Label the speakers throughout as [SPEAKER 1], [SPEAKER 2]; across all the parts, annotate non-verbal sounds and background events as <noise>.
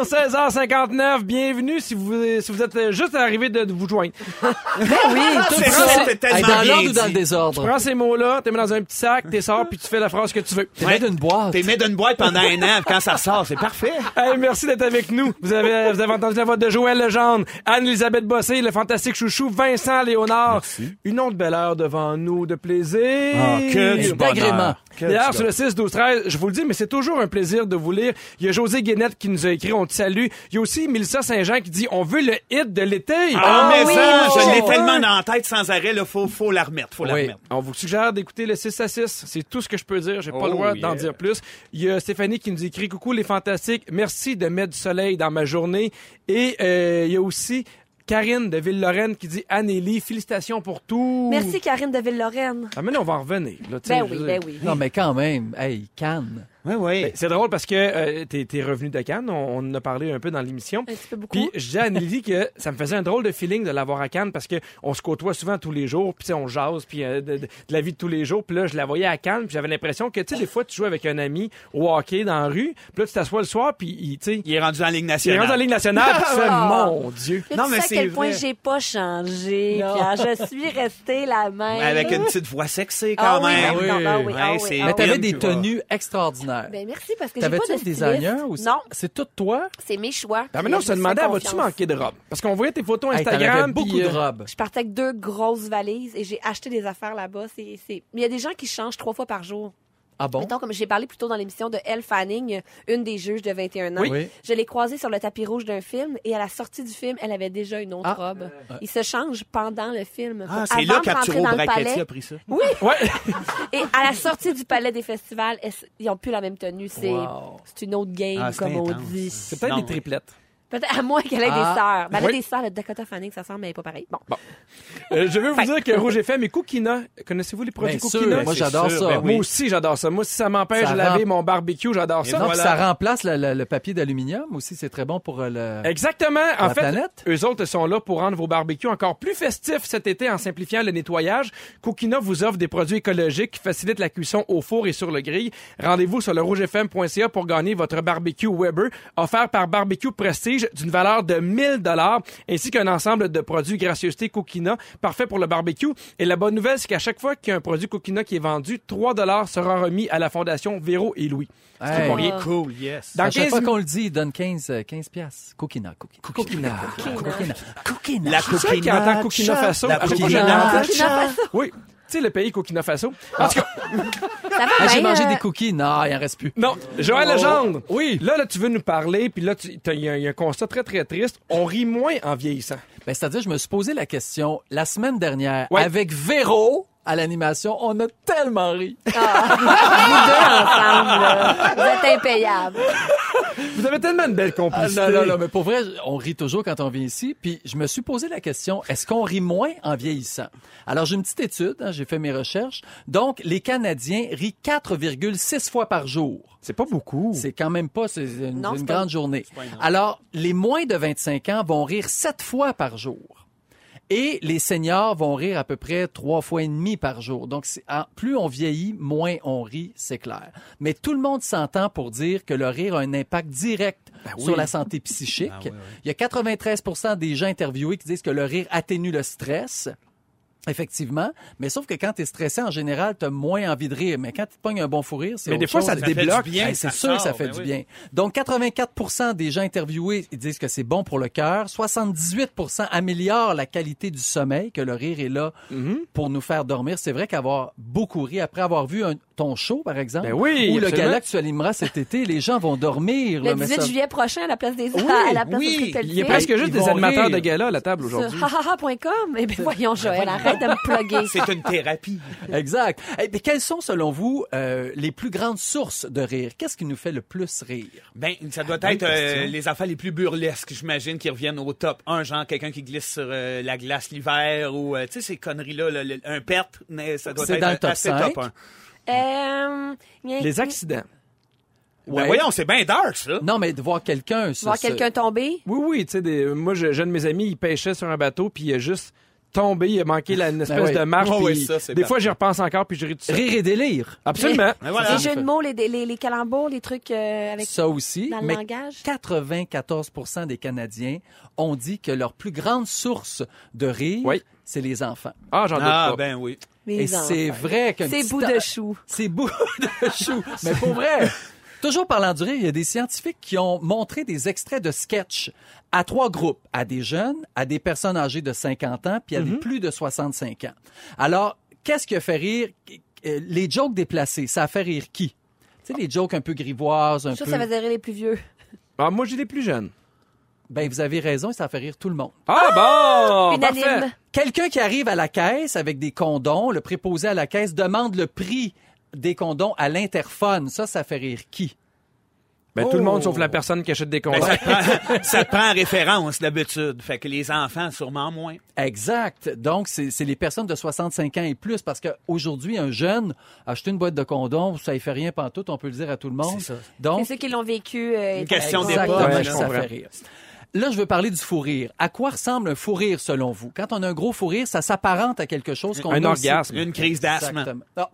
[SPEAKER 1] 16h59, bienvenue si vous, si vous êtes juste arrivé de de vous joindre.
[SPEAKER 2] C'est ça, c'est tellement
[SPEAKER 3] Ah, Hey, dans
[SPEAKER 2] bien
[SPEAKER 3] l'ordre ou dans le
[SPEAKER 2] dit.
[SPEAKER 3] désordre?
[SPEAKER 1] Prends ces mots-là, t'es mets dans un petit sac, t'es sors, puis tu fais la phrase que tu veux.
[SPEAKER 3] T'es mets d'une boîte.
[SPEAKER 2] T'es mis d'une boîte pendant un an, puis quand ça sort, c'est parfait.
[SPEAKER 1] Hey, merci d'être avec nous. Vous avez, vous avez entendu la voix de Joël Legendre, Anne-Elisabeth Bossé, le fantastique chouchou, Vincent Léonard. Une autre belle heure devant nous de plaisir.
[SPEAKER 2] que du
[SPEAKER 3] D'agrément.
[SPEAKER 2] bonheur.
[SPEAKER 1] D'ailleurs, sur le 6, 12, 13, je vous le dis, mais c'est toujours un plaisir de vous lire. Il y a José Guénette qui nous a écrit, on te salue. Il y a aussi Mélissa Saint-Jean qui dit, on veut le hit de l'été.
[SPEAKER 2] Ah, mais
[SPEAKER 4] oui,
[SPEAKER 2] ça,
[SPEAKER 4] moi,
[SPEAKER 2] je
[SPEAKER 4] j'ai
[SPEAKER 2] l'ai
[SPEAKER 4] peur.
[SPEAKER 2] tellement dans la tête sans arrêt, là, faut, faut la remettre, faut la
[SPEAKER 3] Oui.
[SPEAKER 2] remettre.
[SPEAKER 1] On vous suggère d'écouter le 6 à 6. C'est tout ce que je peux dire. J'ai pas
[SPEAKER 2] Oh,
[SPEAKER 1] le droit
[SPEAKER 2] yeah.
[SPEAKER 1] d'en dire plus. Il y a Stéphanie qui nous écrit Coucou les fantastiques. Merci de mettre du soleil dans ma journée. Et euh, il y a aussi Karine de Ville-Lorraine qui dit Anélie, félicitations pour tout.
[SPEAKER 4] Merci, Karine de Ville-Lorraine.
[SPEAKER 1] Ah, mais là, on va en revenir. là, tu sais,
[SPEAKER 4] Ben
[SPEAKER 1] je
[SPEAKER 4] oui,
[SPEAKER 1] veux
[SPEAKER 4] ben
[SPEAKER 1] dire.
[SPEAKER 4] oui.
[SPEAKER 3] Non, mais quand même. Hey, Cannes.
[SPEAKER 2] Oui, oui.
[SPEAKER 1] C'est drôle parce que euh, t'es t'es revenu de Cannes. On, on en a parlé un peu dans l'émission.
[SPEAKER 4] Un petit peu beaucoup.
[SPEAKER 1] Puis je disais à Anneli que ça me faisait un drôle de feeling de l'avoir à Cannes parce que on se côtoie souvent tous les jours, puis tu sais, on jase, puis euh, de, de- de la vie de tous les jours. Puis là, je la voyais à Cannes, puis j'avais l'impression que, tu sais, des fois, tu joues avec un ami au hockey dans la rue, puis là, tu t'assois le soir, puis il- tu sais,
[SPEAKER 2] Il est rendu dans la Ligue
[SPEAKER 1] il rentre dans la
[SPEAKER 2] nationale.
[SPEAKER 1] Ligue nationale, puis
[SPEAKER 4] <laughs>
[SPEAKER 1] tu fais,
[SPEAKER 4] Ah.
[SPEAKER 1] mon Dieu.
[SPEAKER 4] Là,
[SPEAKER 2] Non,
[SPEAKER 4] tu
[SPEAKER 2] mais
[SPEAKER 4] sais à
[SPEAKER 2] c'est
[SPEAKER 4] quel point
[SPEAKER 2] vrai.
[SPEAKER 4] j'ai pas changé.
[SPEAKER 3] Non.
[SPEAKER 4] puis, ah, je suis restée la même.
[SPEAKER 2] Avec une petite voix sexy,
[SPEAKER 4] Ah
[SPEAKER 2] quand
[SPEAKER 4] oui,
[SPEAKER 2] même.
[SPEAKER 4] ah oui,
[SPEAKER 3] Oui.
[SPEAKER 4] ah oui, ah
[SPEAKER 2] Ouais,
[SPEAKER 4] oui,
[SPEAKER 2] c'est-
[SPEAKER 4] ah
[SPEAKER 3] Mais
[SPEAKER 4] oui.
[SPEAKER 3] t'avais
[SPEAKER 2] Bien,
[SPEAKER 3] des
[SPEAKER 2] tu vois.
[SPEAKER 3] tenues extraordinaires.
[SPEAKER 4] Ben, merci parce que j'ai pas de
[SPEAKER 3] T'avais-tu un
[SPEAKER 4] styliste.
[SPEAKER 3] designer aussi?
[SPEAKER 4] Non,
[SPEAKER 3] C'est tout toi?
[SPEAKER 4] c'est mes choix.
[SPEAKER 1] Ah, mais
[SPEAKER 4] Puis
[SPEAKER 1] non,
[SPEAKER 4] là,
[SPEAKER 1] on se
[SPEAKER 4] je me
[SPEAKER 1] demandait,
[SPEAKER 4] fais
[SPEAKER 1] vas-tu
[SPEAKER 4] confiance.
[SPEAKER 1] manquer de robes? Parce qu'on voyait tes photos
[SPEAKER 3] Hey, t'avais
[SPEAKER 1] Instagram,
[SPEAKER 3] beaucoup
[SPEAKER 1] puis,
[SPEAKER 3] de
[SPEAKER 1] euh,
[SPEAKER 3] robes.
[SPEAKER 4] Je partais avec deux grosses valises et j'ai acheté des affaires là-bas. C'est, c'est... Mais il y a des gens qui changent trois fois par jour.
[SPEAKER 3] Ah bon?
[SPEAKER 4] Mettons, comme j'ai parlé plus tôt dans l'émission de Elle Fanning, une des juges de 21 ans.
[SPEAKER 3] Oui. Oui.
[SPEAKER 4] Je l'ai croisée sur le tapis rouge d'un film et à la sortie du film, elle avait déjà une autre
[SPEAKER 3] Ah.
[SPEAKER 4] robe. Il se change pendant le film.
[SPEAKER 2] Euh. Ah,
[SPEAKER 4] Avant
[SPEAKER 2] c'est là
[SPEAKER 4] de
[SPEAKER 2] qu'Arturo
[SPEAKER 4] rentrer dans le
[SPEAKER 2] Brachetti
[SPEAKER 4] palais.
[SPEAKER 2] a pris ça.
[SPEAKER 4] Oui,
[SPEAKER 1] Ouais.
[SPEAKER 4] et à la sortie du palais des festivals, elles- ils ont plus la même tenue. C'est,
[SPEAKER 3] Wow.
[SPEAKER 4] c'est une autre game,
[SPEAKER 2] Ah, c'est
[SPEAKER 4] comme on
[SPEAKER 2] intense.
[SPEAKER 4] dit.
[SPEAKER 1] C'est peut-être
[SPEAKER 2] Non,
[SPEAKER 1] des
[SPEAKER 2] mais-
[SPEAKER 1] triplettes.
[SPEAKER 4] Peut-être à moins qu'elle ait
[SPEAKER 3] Ah.
[SPEAKER 4] des sœurs. Ben, elle
[SPEAKER 1] Oui.
[SPEAKER 4] a des sœurs, la Dakota Fanning, ça semble, mais elle est pas pareille. Bon.
[SPEAKER 1] Euh, je veux vous dire que Rouge FM et Cookina, connaissez-vous les produits
[SPEAKER 3] Bien sûr,
[SPEAKER 1] Cookina?
[SPEAKER 3] moi
[SPEAKER 2] c'est
[SPEAKER 3] j'adore
[SPEAKER 2] sûr,
[SPEAKER 3] ça.
[SPEAKER 2] ben oui.
[SPEAKER 1] Moi aussi, j'adore ça. Moi, si ça m'empêche
[SPEAKER 3] Ça
[SPEAKER 1] de laver
[SPEAKER 3] rend-
[SPEAKER 1] mon barbecue, j'adore ça.
[SPEAKER 3] Non, puis
[SPEAKER 1] Voilà.
[SPEAKER 3] ça remplace le, le- le papier d'aluminium aussi, c'est très bon pour euh, le...
[SPEAKER 1] Exactement. En
[SPEAKER 3] la
[SPEAKER 1] fait,
[SPEAKER 3] planète?
[SPEAKER 1] eux autres sont là pour rendre vos barbecues encore plus festifs cet été en simplifiant le nettoyage. Cookina vous offre des produits écologiques qui facilitent la cuisson au four et sur le grill. Rendez-vous sur le rougefm.ca pour gagner votre barbecue Weber offert par Barbecue Prestige d'une valeur de 1000 dollars ainsi qu'un ensemble de produits gracieuseté Cookina parfait pour le barbecue. Et la bonne nouvelle, c'est qu'à chaque fois qu'il y a un produit Cookina qui est vendu, 3 dollars sera remis à la fondation Véro et Louis.
[SPEAKER 3] Hey.
[SPEAKER 1] pour rien.
[SPEAKER 2] Cool, yes.
[SPEAKER 1] Dans
[SPEAKER 3] À chaque
[SPEAKER 1] 15
[SPEAKER 3] fois qu'on le dit, il donne 15, euh, 15 piastres. Coquina, coquina, coquina, coquina, coquina.
[SPEAKER 2] La
[SPEAKER 1] Tu sais qui entend Coquina Faso?
[SPEAKER 2] La
[SPEAKER 1] Ah,
[SPEAKER 2] coquinade.
[SPEAKER 1] Oui. Tu sais, le pays Coquina Faso. En tout cas,
[SPEAKER 4] Ça va
[SPEAKER 3] Ah, J'ai
[SPEAKER 4] bien,
[SPEAKER 3] mangé
[SPEAKER 4] euh,
[SPEAKER 3] des cookies. Non, il en reste plus.
[SPEAKER 1] non, Joël Legendre.
[SPEAKER 3] Oui.
[SPEAKER 1] Là, là, tu veux nous parler, puis là, tu- t'as- il y, a- il y a un constat très, très triste. On rit moins en vieillissant.
[SPEAKER 3] Ben, C'est-à-dire, je me suis posé la question la semaine dernière
[SPEAKER 1] Ouais.
[SPEAKER 3] avec Véro à l'animation. On a tellement ri.
[SPEAKER 4] Ah, vous deux ensemble, là. vous êtes impayables.
[SPEAKER 1] Vous avez tellement de belles complicité.
[SPEAKER 3] non, non, non, mais pour vrai, on rit toujours quand on vient ici. Puis je me suis posé la question, est-ce qu'on rit moins en vieillissant? Alors, j'ai une petite étude, hein, j'ai fait mes recherches. Donc, les Canadiens rient 4,6 fois par jour.
[SPEAKER 1] C'est pas beaucoup.
[SPEAKER 3] C'est quand même pas c'est une,
[SPEAKER 4] Non,
[SPEAKER 3] une
[SPEAKER 4] c'est pas-
[SPEAKER 3] grande journée. Alors, les moins de 25 ans vont rire sept fois par jour. Et les seniors vont rire à peu près trois fois et demi par jour. Donc, c'est- ah, plus on vieillit, moins on rit, c'est clair. Mais tout le monde s'entend pour dire que le rire a un impact direct sur la santé psychique. Il y a 93 des gens interviewés qui disent que le rire atténue le stress. Effectivement, mais sauf que quand t'es stressé, en général, t'as moins envie de rire. Mais quand tu te pognes un bon fou rire, c'est
[SPEAKER 1] Mais des
[SPEAKER 3] autre
[SPEAKER 1] fois,
[SPEAKER 3] chose.
[SPEAKER 1] ça te
[SPEAKER 2] fait du
[SPEAKER 1] débloque.
[SPEAKER 2] bien,
[SPEAKER 3] Hey, c'est
[SPEAKER 2] ça
[SPEAKER 3] sûr que ça
[SPEAKER 2] sort,
[SPEAKER 3] fait
[SPEAKER 2] ben
[SPEAKER 3] du
[SPEAKER 2] oui.
[SPEAKER 3] bien. Donc, 84 des gens interviewés ils disent que c'est bon pour le cœur. 78 améliorent la qualité du sommeil, que le rire est là
[SPEAKER 1] Mm-hmm.
[SPEAKER 3] pour nous faire dormir. C'est vrai qu'avoir beaucoup ri après avoir vu un- ton show, par exemple,
[SPEAKER 1] Ben oui,
[SPEAKER 3] ou le
[SPEAKER 1] absolument.
[SPEAKER 3] gala que tu animeras cet été, les gens vont dormir. là,
[SPEAKER 4] Le
[SPEAKER 3] mais
[SPEAKER 4] 18
[SPEAKER 3] ça-
[SPEAKER 4] juillet prochain, à la place des à la place
[SPEAKER 2] oui,
[SPEAKER 4] de Christelle
[SPEAKER 1] Il y a
[SPEAKER 4] Thier.
[SPEAKER 1] presque juste
[SPEAKER 3] ils
[SPEAKER 1] des
[SPEAKER 3] vont
[SPEAKER 1] animateurs
[SPEAKER 3] rire.
[SPEAKER 1] de gala à la table aujourd'hui.
[SPEAKER 4] Sur hahaha.com. Eh bien, voyons, Joël, arrête de me plugger.
[SPEAKER 2] <laughs> C'est une thérapie.
[SPEAKER 3] Exact. Eh, mais quelles sont, selon vous, euh, les plus grandes sources de rire? Qu'est-ce qui nous fait le plus rire?
[SPEAKER 2] Ben, ça doit
[SPEAKER 3] bonne
[SPEAKER 2] être euh,
[SPEAKER 3] question.
[SPEAKER 2] les affaires les plus burlesques, j'imagine, qui reviennent au top. Un genre, quelqu'un qui glisse sur euh, la glace l'hiver ou, euh, tu sais, ces conneries-là, là, le- un perte, mais ça doit
[SPEAKER 3] C'est
[SPEAKER 2] être
[SPEAKER 3] dans le top
[SPEAKER 2] assez
[SPEAKER 3] cinq.
[SPEAKER 2] top 1.
[SPEAKER 4] Euh, il y a-
[SPEAKER 1] Les accidents.
[SPEAKER 3] Ouais.
[SPEAKER 2] Ben voyons, c'est bien dark, ça.
[SPEAKER 3] Non, mais de voir quelqu'un. ça,
[SPEAKER 4] Voir
[SPEAKER 3] ça-
[SPEAKER 4] quelqu'un tomber.
[SPEAKER 1] Oui, oui, tu sais, des- moi, je- j'ai un de mes amis, il pêchait sur un bateau, puis il a juste tombé, il a manqué la, une espèce
[SPEAKER 3] oui.
[SPEAKER 1] de marche.
[SPEAKER 2] Ouais,
[SPEAKER 1] puis
[SPEAKER 2] ouais, ça, c'est
[SPEAKER 1] des
[SPEAKER 2] parfait.
[SPEAKER 1] fois, j'y repense encore, puis je Ben ris de ça.
[SPEAKER 3] Rire et délire.
[SPEAKER 1] Absolument.
[SPEAKER 2] Mais Ben, voilà.
[SPEAKER 4] Les jeux de mots, les, les, les calembours, les trucs euh, avec.
[SPEAKER 3] Ça aussi.
[SPEAKER 4] dans le
[SPEAKER 3] mais
[SPEAKER 4] langage.
[SPEAKER 3] 94 des Canadiens ont dit que leur plus grande source de rire,
[SPEAKER 1] Oui.
[SPEAKER 3] c'est les enfants.
[SPEAKER 1] Ah, j'en doute
[SPEAKER 2] Ah,
[SPEAKER 1] pas.
[SPEAKER 2] ben oui. <laughs>
[SPEAKER 4] mes
[SPEAKER 3] Et c'est
[SPEAKER 4] enfants.
[SPEAKER 3] vrai que
[SPEAKER 4] C'est bout de chou.
[SPEAKER 3] C'est bout <laughs> de chou. Mais pour vrai. <laughs> Toujours parlant du rire, il y a des scientifiques qui ont montré des extraits de sketch à trois groupes, à des jeunes, à des personnes âgées de 50 ans, puis à des plus de 65 ans. Alors, qu'est-ce qui a fait rire Euh, les jokes déplacés Ça a fait rire qui Tu sais, les jokes un peu grivoises, un
[SPEAKER 4] Ça,
[SPEAKER 3] peu.
[SPEAKER 4] ça faisait rire les plus vieux.
[SPEAKER 1] Ah, moi, j'ai des plus jeunes.
[SPEAKER 3] Ben, vous avez raison, ça a fait rire tout le monde.
[SPEAKER 1] Ah, bon! Parfait.
[SPEAKER 4] Unanime.
[SPEAKER 3] Quelqu'un qui arrive à la caisse avec des condons, le préposé à la caisse demande le prix des condons à l'interphone. Ça, ça fait rire qui?
[SPEAKER 1] Ben, tout le monde, sauf la personne qui achète des
[SPEAKER 2] Ben,
[SPEAKER 1] condoms.
[SPEAKER 2] ça, te prend, ça te prend en référence d'habitude. Fait que les enfants, sûrement moins.
[SPEAKER 3] Exact. Donc, c'est c'est les personnes de 65 ans et plus parce qu'aujourd'hui, un jeune, acheter une boîte de condons, ça ne fait rien pantoute, on peut le dire à tout le monde.
[SPEAKER 2] C'est ça.
[SPEAKER 3] Donc,
[SPEAKER 4] C'est ceux qui l'ont vécu. euh,
[SPEAKER 2] Une question
[SPEAKER 4] étant-
[SPEAKER 2] d'époque.
[SPEAKER 3] Exactement,
[SPEAKER 1] Ouais, je
[SPEAKER 3] ça
[SPEAKER 1] comprends.
[SPEAKER 3] fait rire. Là, je veux parler du fou rire. À quoi ressemble un fou rire selon vous? Quand on a un gros fou rire, ça s'apparente à quelque chose qu'on
[SPEAKER 1] Un
[SPEAKER 3] a aussi.
[SPEAKER 1] orgasme.
[SPEAKER 2] Une crise d'asthme.
[SPEAKER 3] Ah, Exactement. Ah,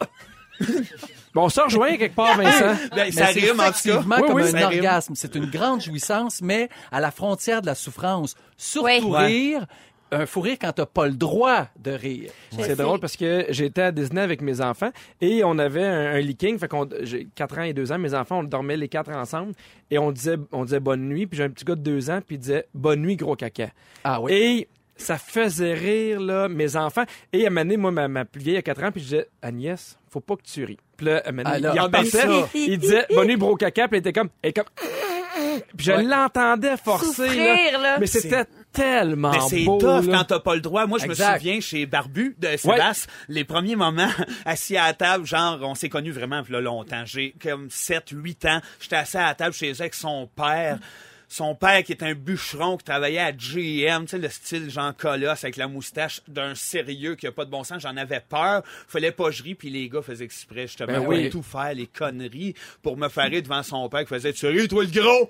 [SPEAKER 1] Bon, on se rejoint quelque part,
[SPEAKER 2] <laughs>
[SPEAKER 1] Vincent.
[SPEAKER 2] Ben,
[SPEAKER 3] Mais
[SPEAKER 2] ça
[SPEAKER 3] c'est
[SPEAKER 2] rime en tout cas.
[SPEAKER 3] effectivement
[SPEAKER 1] Oui,
[SPEAKER 3] comme
[SPEAKER 1] oui,
[SPEAKER 3] un
[SPEAKER 2] ça rime.
[SPEAKER 3] orgasme. C'est une grande jouissance, mais à la frontière de la souffrance. Surtout
[SPEAKER 4] Oui. Ouais.
[SPEAKER 3] rire, un fou rire quand t'as pas le droit de rire.
[SPEAKER 1] C'est drôle parce que j'étais à Disney avec mes enfants et on avait un, un leaking. Fait qu'on, j'ai 4 ans et 2 ans, mes enfants, on dormait les quatre ensemble et on disait, on disait bonne nuit. Puis j'ai un petit gars de 2 ans, puis il disait bonne nuit, gros caca.
[SPEAKER 3] Ah oui.
[SPEAKER 1] Et ça faisait rire, là, mes enfants. Et à un moment donné, moi, ma, ma plus vieille a 4 ans, puis je disais, Agnès, faut pas que tu ris. Puis là, à un moment donné,
[SPEAKER 3] Alors,
[SPEAKER 1] il
[SPEAKER 3] ah, ben
[SPEAKER 1] repartait,
[SPEAKER 3] ça.
[SPEAKER 1] il disait, bonne nuit, gros caca, puis elle était comme, elle était comme, puis je
[SPEAKER 3] Ouais.
[SPEAKER 1] l'entendais forcer,
[SPEAKER 4] Souffrir, là.
[SPEAKER 1] Mais c'était tellement
[SPEAKER 2] Mais c'est
[SPEAKER 1] beau,
[SPEAKER 2] tough
[SPEAKER 1] là.
[SPEAKER 2] quand t'as pas le droit. Moi, je
[SPEAKER 3] Exact.
[SPEAKER 2] me souviens chez Barbu de Sébastien, les premiers moments <laughs> assis à la table, genre, on s'est connus vraiment là, longtemps. J'ai comme 7, 8 ans. J'étais assis à la table chez eux avec son père. Son père qui était un bûcheron qui travaillait à GM, tu sais, le style Jean Colosse avec la moustache d'un sérieux qui a pas de bon sens, j'en avais peur. Fallait pas que je rie, puis les gars faisaient exprès justement
[SPEAKER 3] Ben
[SPEAKER 2] pour
[SPEAKER 3] oui.
[SPEAKER 2] tout faire, les conneries, pour me faire rire devant son père qui faisait « Tu ris, toi, le gros!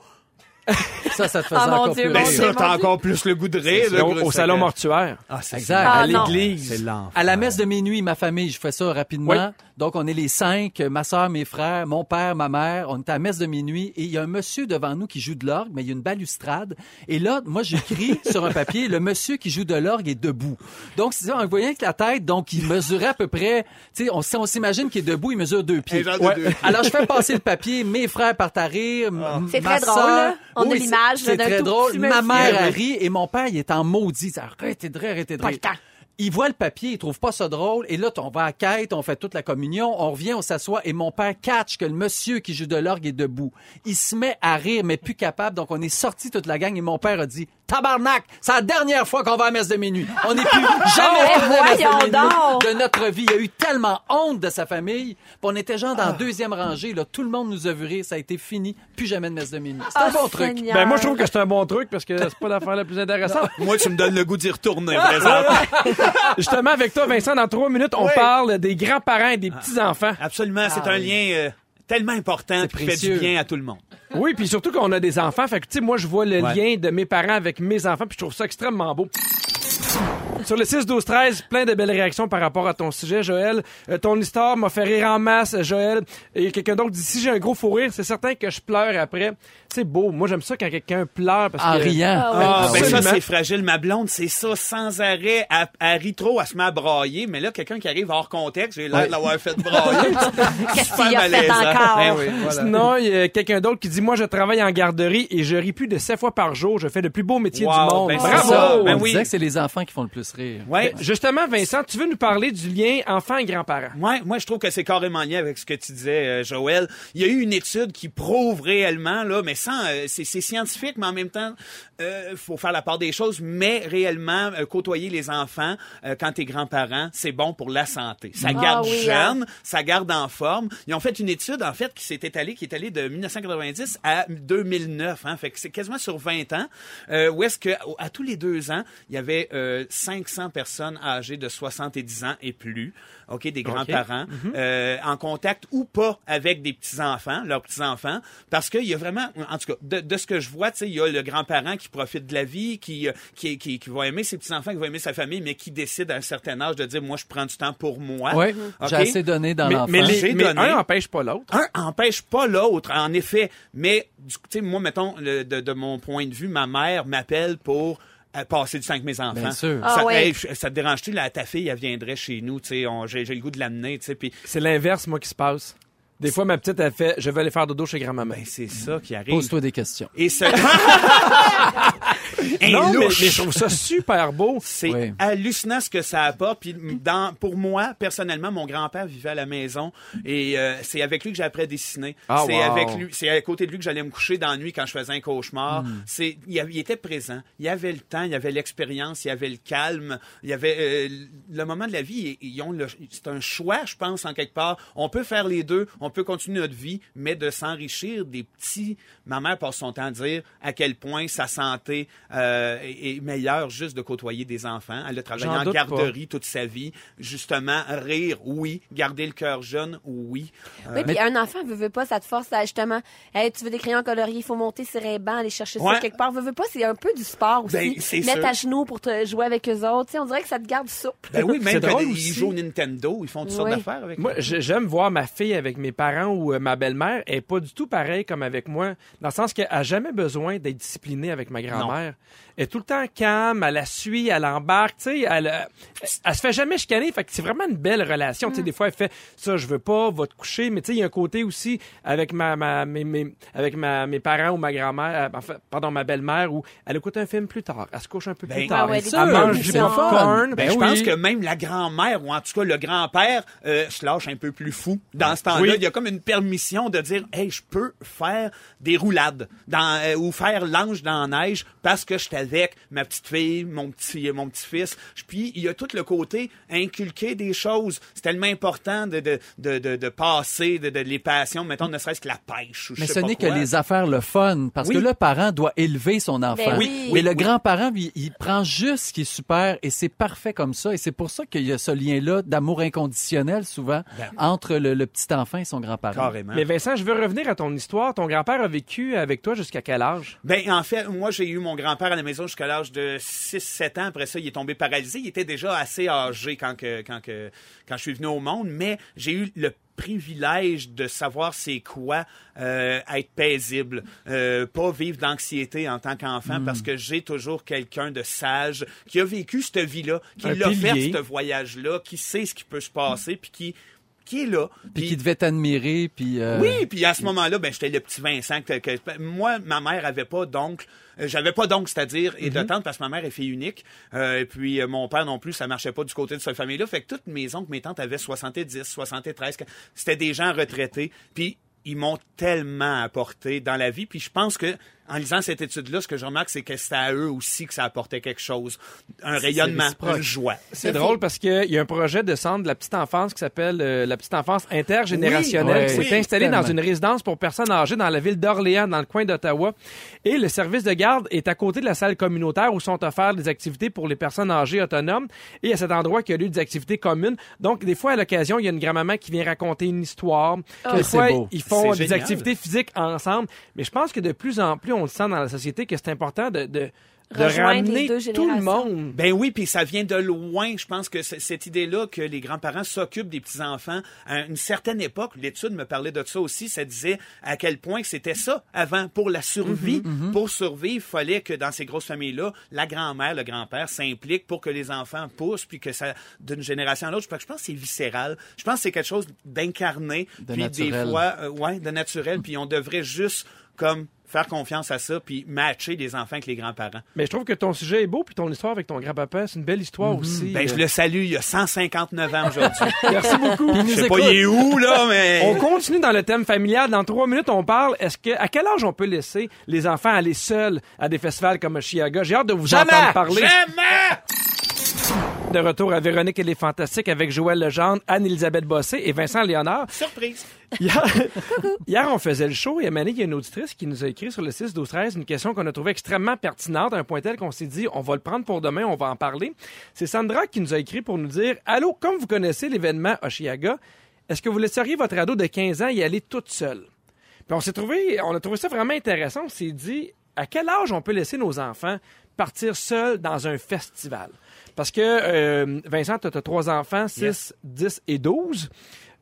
[SPEAKER 3] Ça, ça te faisait
[SPEAKER 4] Ah, mon
[SPEAKER 3] encore
[SPEAKER 4] Dieu,
[SPEAKER 3] plus
[SPEAKER 4] mon
[SPEAKER 2] Ben
[SPEAKER 3] rire.
[SPEAKER 4] Dieu.
[SPEAKER 2] ça,
[SPEAKER 4] mon
[SPEAKER 2] t'as encore plus le goût de rire.
[SPEAKER 1] Au- au salon mortuaire.
[SPEAKER 3] Exact.
[SPEAKER 4] Ah,
[SPEAKER 1] à
[SPEAKER 4] non.
[SPEAKER 1] l'église.
[SPEAKER 2] C'est l'enfer.
[SPEAKER 3] À la messe de minuit, ma famille, je fais ça rapidement.
[SPEAKER 1] Oui.
[SPEAKER 3] Donc, on est les cinq, euh, ma soeur, mes frères, mon père, ma mère. On est à la messe de minuit et il y a un monsieur devant nous qui joue de l'orgue, mais il y a une balustrade. Et là, moi, j'écris sur un papier, le monsieur qui joue de l'orgue est debout. Donc, c'est ça, on voyait que la tête, donc, il mesurait à peu près, tu sais, on, si on s'imagine qu'il est debout, il mesure deux pieds.
[SPEAKER 2] Un genre de deux pieds. Ah.
[SPEAKER 3] Alors, je fais passer le papier, mes frères partent à rire. m-
[SPEAKER 4] C'est
[SPEAKER 3] ma
[SPEAKER 4] très drôle,
[SPEAKER 3] sœur-
[SPEAKER 4] là. On a
[SPEAKER 3] Oui,
[SPEAKER 4] l'image
[SPEAKER 3] C'est
[SPEAKER 4] d'un
[SPEAKER 3] très
[SPEAKER 4] tout
[SPEAKER 3] drôle.
[SPEAKER 4] petit monsieur.
[SPEAKER 3] Ma mère
[SPEAKER 2] Oui.
[SPEAKER 3] a rit et mon père, il est en maudit. Il dit, Arrêtez de rire, arrêtez de
[SPEAKER 4] Pas
[SPEAKER 3] rire.
[SPEAKER 4] le temps.
[SPEAKER 3] Il voit le papier, il trouve pas ça drôle, et là, on va à quête, on fait toute la communion, on revient, on s'assoit, et mon père catch que le monsieur qui joue de l'orgue est debout. Il se met à rire, mais plus capable, donc on est sorti toute la gang, et mon père a dit, tabarnak, c'est la dernière fois qu'on va à la messe de minuit. On
[SPEAKER 4] <laughs>
[SPEAKER 3] n'est plus jamais
[SPEAKER 4] Oh,
[SPEAKER 3] retourné à la messe de
[SPEAKER 4] voyons
[SPEAKER 3] minuit
[SPEAKER 4] donc.
[SPEAKER 3] de notre vie. Il a eu tellement honte de sa famille, puis on était genre dans la deuxième rangée, là, tout le monde nous a vu rire, ça a été fini, plus jamais de messe de minuit.
[SPEAKER 4] Oh, Ah,
[SPEAKER 3] C'est un bon truc.
[SPEAKER 1] Ben, moi, je trouve que c'est un bon truc parce que c'est pas l'affaire la plus intéressante.
[SPEAKER 2] Moi, tu me donnes le goût d'y <laughs> retourner, présentement.
[SPEAKER 1] Justement, avec toi, Vincent, dans trois minutes, on
[SPEAKER 2] Oui. Ah.
[SPEAKER 1] parle des grands-parents et des petits-enfants.
[SPEAKER 2] Absolument, c'est un lien euh, tellement important qui fait
[SPEAKER 3] précieux.
[SPEAKER 2] du bien à tout le monde.
[SPEAKER 1] Oui, puis surtout qu'on a des enfants. Fait que, tu sais, moi, je vois le
[SPEAKER 2] Ouais.
[SPEAKER 1] lien de mes parents avec mes enfants, puis je trouve ça extrêmement beau. Sur le 6, 12, 13, plein de belles réactions par rapport à ton sujet, Joël. Euh, ton histoire m'a fait rire en masse, Joël. Et quelqu'un d'autre dit si j'ai un gros fou rire, c'est certain que je pleure après. C'est beau. Moi, j'aime ça quand quelqu'un pleure parce
[SPEAKER 3] En
[SPEAKER 1] que.
[SPEAKER 3] riant.
[SPEAKER 4] Ah ouais.
[SPEAKER 2] Ah, ben ça,
[SPEAKER 1] Absolument.
[SPEAKER 2] c'est fragile, ma blonde, c'est ça, sans arrêt. Elle, elle rit trop, elle se met à brailler, mais là, quelqu'un qui arrive hors contexte, j'ai l'air de l'avoir fait brailler.
[SPEAKER 4] <laughs> Qu'est-ce
[SPEAKER 2] Super
[SPEAKER 4] qu'il a fait
[SPEAKER 2] malaisant.
[SPEAKER 4] encore?
[SPEAKER 2] Ben oui, voilà.
[SPEAKER 1] Sinon, il y a quelqu'un d'autre qui dit Moi, je travaille en garderie et je ris plus de 7 fois par jour. Je fais le plus beau métier
[SPEAKER 2] Wow,
[SPEAKER 1] du monde.
[SPEAKER 2] ben c'est
[SPEAKER 1] Bravo Ben,
[SPEAKER 2] ça.
[SPEAKER 3] On
[SPEAKER 2] Ben oui.
[SPEAKER 3] disait que c'est les enfants qui font le plus rire.
[SPEAKER 2] Ouais.
[SPEAKER 1] Justement, Vincent, tu veux nous parler du lien enfant et grands-parents
[SPEAKER 2] Ouais, moi, je trouve que c'est carrément lié avec ce que tu disais, euh, Joël. Il y a eu une étude qui prouve réellement, là, mais sans, euh, c'est, c'est scientifique, mais en même temps, euh, faut faire la part des choses, mais réellement, euh, côtoyer les enfants euh, quand t'es grands-parents, c'est bon pour la santé. Ça garde
[SPEAKER 4] oui,
[SPEAKER 2] jeune, ça garde en forme. Ils ont fait une étude, en fait, qui s'est étalée, qui est allée de 1990 à 2009, hein, fait que c'est quasiment sur 20 ans, euh, où est-ce que, à tous les deux ans, il y avait euh, 500 personnes âgées de 70 ans et plus, OK, des grands-parents, euh, en contact ou pas avec des petits-enfants, leurs petits-enfants, parce qu'il y a vraiment, en tout cas, de, de ce que je vois, tu sais, il y a le grand-parent qui profite de la vie, qui, euh, qui, qui, qui va aimer ses petits-enfants, qui va aimer sa famille, mais qui décide à un certain âge de dire, moi, je prends du temps pour <laughs> moi.
[SPEAKER 3] Ouais,
[SPEAKER 2] OK?
[SPEAKER 3] j'ai assez donné dans
[SPEAKER 1] Mais,
[SPEAKER 3] l'enfant.
[SPEAKER 1] mais les-
[SPEAKER 2] J'ai
[SPEAKER 1] mais
[SPEAKER 2] donné.
[SPEAKER 1] un n'empêche pas l'autre.
[SPEAKER 2] un empêche pas l'autre, en effet. Mais, du- tu sais, moi, mettons, le- de, de mon point de vue, ma mère m'appelle pour euh, passer du temps avec mes enfants.
[SPEAKER 3] Bien sûr.
[SPEAKER 2] Ça,
[SPEAKER 4] Ah ouais.
[SPEAKER 2] hey, je- ça te dérange-tu, là, ta fille, elle viendrait chez nous, tu sais, on- j'ai j'ai le goût de l'amener, tu sais, puis
[SPEAKER 1] C'est l'inverse, moi, qui se passe. Des fois, ma petite, elle fait Je vais aller faire dodo chez grand-maman.
[SPEAKER 2] ben, c'est ça qui arrive.
[SPEAKER 3] Pose-toi des questions.
[SPEAKER 2] Et
[SPEAKER 3] <laughs>
[SPEAKER 2] ce... Un
[SPEAKER 1] non, mais, mais
[SPEAKER 2] louche.
[SPEAKER 1] je trouve ça super beau.
[SPEAKER 2] C'est
[SPEAKER 3] Oui.
[SPEAKER 2] hallucinant ce que ça apporte. Puis dans, pour moi, personnellement, mon grand-père vivait à la maison et euh, c'est avec lui que j'ai appris à dessiner.
[SPEAKER 1] Ah,
[SPEAKER 2] c'est
[SPEAKER 1] wow.
[SPEAKER 2] avec lui, c'est à côté de lui que j'allais me coucher dans la nuit quand je faisais un cauchemar.
[SPEAKER 1] Hmm.
[SPEAKER 2] C'est, il, y avait- il était présent. Il y avait le temps, il y avait l'expérience, il y avait le calme, il y avait euh, le moment de la vie. Ils, ils ont le- c'est un choix, je pense, en quelque part. On peut faire les deux, on peut continuer notre vie, mais de s'enrichir des petits. Ma mère passe son temps à dire à quel point sa santé euh, est est meilleure juste de côtoyer des enfants. Elle a travaillé
[SPEAKER 1] J'en
[SPEAKER 2] en
[SPEAKER 1] doute pas.
[SPEAKER 2] garderie toute sa vie. Justement, rire, oui. Garder le cœur jeune, oui.
[SPEAKER 4] Oui, puis un enfant veut, veut pas, ça te force à justement, hey, tu veux des crayons coloriés, il faut monter sur un banc, aller chercher
[SPEAKER 2] Ouais.
[SPEAKER 4] ça quelque part. Veut, veut pas, c'est un peu du sport aussi.
[SPEAKER 2] Ben, c'est
[SPEAKER 4] Mettre
[SPEAKER 2] sûr.
[SPEAKER 4] à genoux pour te jouer avec eux autres. Tu sais, on dirait que ça te garde souple.
[SPEAKER 2] Ben oui,
[SPEAKER 1] C'est
[SPEAKER 2] même quand
[SPEAKER 1] drôle
[SPEAKER 2] ils
[SPEAKER 1] aussi.
[SPEAKER 2] jouent au Nintendo, ils font toutes sortes
[SPEAKER 4] Oui.
[SPEAKER 2] d'affaires avec
[SPEAKER 1] Moi, j'ai- j'aime voir ma fille avec mes parents ou euh, ma belle-mère. Elle est pas du tout pareille comme avec moi. Dans le sens qu'elle a jamais besoin d'être disciplinée avec ma grand-mère. Elle est tout le temps calme, elle la suit, elle embarque, tu sais, elle, euh, elle, elle se fait jamais chicaner. Fait que c'est vraiment une belle relation. Tu sais, des fois, elle fait ça, je veux pas, va te coucher. Mais tu sais, il y a un côté aussi avec ma, ma- mes, mes- avec ma, mes parents ou ma grand-mère, euh, enfin, pardon, ma belle-mère où elle écoute un film plus tard. Elle se couche un peu
[SPEAKER 2] Ben,
[SPEAKER 1] plus tard.
[SPEAKER 4] Ah ouais,
[SPEAKER 1] elle
[SPEAKER 4] des
[SPEAKER 1] mange du
[SPEAKER 4] petits enfants.
[SPEAKER 1] popcorn.
[SPEAKER 2] Ben, je
[SPEAKER 3] oui.
[SPEAKER 2] pense que même la grand-mère, ou en tout cas le grand-père, euh, se lâche un peu plus fou. Dans ce temps-là,
[SPEAKER 1] Oui.
[SPEAKER 2] il y a comme une permission de dire Hey, je peux faire des roulades dans, euh, ou faire l'ange dans la neige parce que je suis avec ma petite fille, mon petit euh, mon petit-fils. Puis il y a tout le côté inculquer des choses. C'est tellement important de, de, de, de, de passer de, de- les passions, mettons, ne serait-ce que la pêche. Ou je
[SPEAKER 3] Mais
[SPEAKER 2] sais
[SPEAKER 3] ce
[SPEAKER 2] pas
[SPEAKER 3] n'est que
[SPEAKER 2] quoi.
[SPEAKER 3] les affaires le fun, parce
[SPEAKER 2] Oui.
[SPEAKER 3] que le parent doit élever son enfant.
[SPEAKER 4] Ben oui.
[SPEAKER 3] Mais
[SPEAKER 4] Oui,
[SPEAKER 3] le grand-parent, lui, il prend juste ce qui est super et c'est parfait comme ça. Et c'est pour ça qu'il y a ce lien-là d'amour inconditionnel, souvent,
[SPEAKER 2] Ben
[SPEAKER 3] entre le, le petit enfant et son grand-parent.
[SPEAKER 2] Carrément.
[SPEAKER 1] Mais Vincent, je veux revenir à ton histoire. Ton grand-père a vécu avec toi jusqu'à quel âge?
[SPEAKER 2] Ben, en fait, moi, j'ai eu mon grand-père à la maison jusqu'à l'âge de 6-7 ans. Après ça, il est tombé paralysé. Il était déjà assez âgé quand, que, quand, que, quand je suis venu au monde, mais j'ai eu le privilège de savoir c'est quoi euh, être paisible, euh, pas vivre d'anxiété en tant qu'enfant
[SPEAKER 1] Hmm.
[SPEAKER 2] parce que j'ai toujours quelqu'un de sage qui a vécu cette vie-là, qui
[SPEAKER 1] Un
[SPEAKER 2] l'a fait
[SPEAKER 1] pilier.
[SPEAKER 2] ce voyage-là, qui sait ce qui peut se passer puis qui qui est là
[SPEAKER 3] Puis
[SPEAKER 2] Puis-
[SPEAKER 3] qui devait t'admirer, puis... euh,
[SPEAKER 2] oui, puis à ce moment-là, ben j'étais le petit Vincent. que- que- moi, ma mère avait pas d'oncle. Euh, J'avais pas d'oncle, c'est-à-dire, et de
[SPEAKER 3] Mhm.
[SPEAKER 2] tante, parce que ma mère est fille unique. Euh, et puis, euh, mon père non plus, ça marchait pas du côté de cette famille-là. Fait que toutes mes oncles, mes tantes avaient 70, 73. quand- C'était des gens retraités. Puis, ils m'ont tellement apporté dans la vie. Puis, je pense que, en lisant cette étude-là, ce que je remarque, c'est que c'est à eux aussi que ça apportait quelque chose. Un rayonnement,
[SPEAKER 3] réciproque.
[SPEAKER 2] une joie.
[SPEAKER 1] C'est drôle parce qu'il y a un projet de centre de la petite enfance qui s'appelle euh, la petite enfance intergénérationnelle
[SPEAKER 3] Oui,
[SPEAKER 1] qui
[SPEAKER 3] oui,
[SPEAKER 1] s'est installée dans une
[SPEAKER 3] tellement.
[SPEAKER 1] résidence pour personnes âgées dans la ville d'Orléans, dans le coin d'Ottawa. Et le service de garde est à côté de la salle communautaire où sont offertes des activités pour les personnes âgées autonomes. Et à cet endroit qu'il y a lieu des activités communes. Donc, des fois, à l'occasion, il y a une grand-maman qui vient raconter une histoire.
[SPEAKER 3] Que
[SPEAKER 1] Des
[SPEAKER 3] Oh. c'est
[SPEAKER 1] fois,
[SPEAKER 3] beau.
[SPEAKER 1] ils font
[SPEAKER 2] C'est
[SPEAKER 1] des
[SPEAKER 2] génial.
[SPEAKER 1] activités physiques ensemble. Mais je pense que de plus en plus, on le sent dans la société que c'est important de... de de
[SPEAKER 4] Rejoindre les
[SPEAKER 1] ramener
[SPEAKER 4] deux
[SPEAKER 1] tout le
[SPEAKER 4] générations.
[SPEAKER 1] monde.
[SPEAKER 2] Ben oui, puis ça vient de loin. Je pense que c- cette idée-là que les grands-parents s'occupent des petits-enfants à une certaine époque, l'étude me parlait de ça aussi, ça disait à quel point c'était ça avant pour la
[SPEAKER 3] Mm-hmm,
[SPEAKER 2] survie. Pour survivre, fallait que dans ces grosses familles-là, la grand-mère, le grand-père s'implique pour que les enfants poussent, puis que ça, d'une génération à l'autre, je pense que c'est viscéral. Je pense que c'est quelque chose d'incarné,
[SPEAKER 3] De
[SPEAKER 2] puis
[SPEAKER 3] naturel.
[SPEAKER 2] des fois, euh, ouais, de naturel, puis on devrait juste comme faire confiance à ça, puis matcher les enfants avec les grands-parents.
[SPEAKER 1] Mais je trouve que ton sujet est beau, puis ton histoire avec ton grand-papa, c'est une belle histoire aussi.
[SPEAKER 2] Ben, je
[SPEAKER 1] Euh,
[SPEAKER 2] le salue, il y a 159 ans aujourd'hui.
[SPEAKER 1] Merci beaucoup.
[SPEAKER 3] Puis il nous
[SPEAKER 2] Je sais pas,
[SPEAKER 3] écoute.
[SPEAKER 2] il est où,
[SPEAKER 1] <laughs>
[SPEAKER 2] là,
[SPEAKER 1] On
[SPEAKER 2] mais.
[SPEAKER 1] continue dans le thème familial. Dans trois minutes, on parle. Est-ce que à quel âge on peut laisser les enfants aller seuls à des festivals comme Chiaga J'ai hâte de vous entendre parler.
[SPEAKER 2] Jamais!
[SPEAKER 1] de retour à Véronique et les Fantastiques avec Joël Legendre, Anne-Elisabeth Bossé et Vincent Léonard.
[SPEAKER 2] Surprise.
[SPEAKER 1] Hier, hier, on faisait le show et à un moment donné, il y a une auditrice qui nous a écrit sur le 6 12 13 une question qu'on a trouvée extrêmement pertinente, à un point tel qu'on s'est dit on va le prendre pour demain, on va en parler. C'est Sandra qui nous a écrit pour nous dire Allô, comme vous connaissez l'événement Oshiaga, est-ce que vous laisseriez votre ado de 15 ans y aller toute seule Puis on s'est trouvé, on a trouvé ça vraiment intéressant. On s'est dit à quel âge on peut laisser nos enfants partir seuls dans un festival Parce que euh, Vincent, tu as trois enfants, 6, 10 et 12.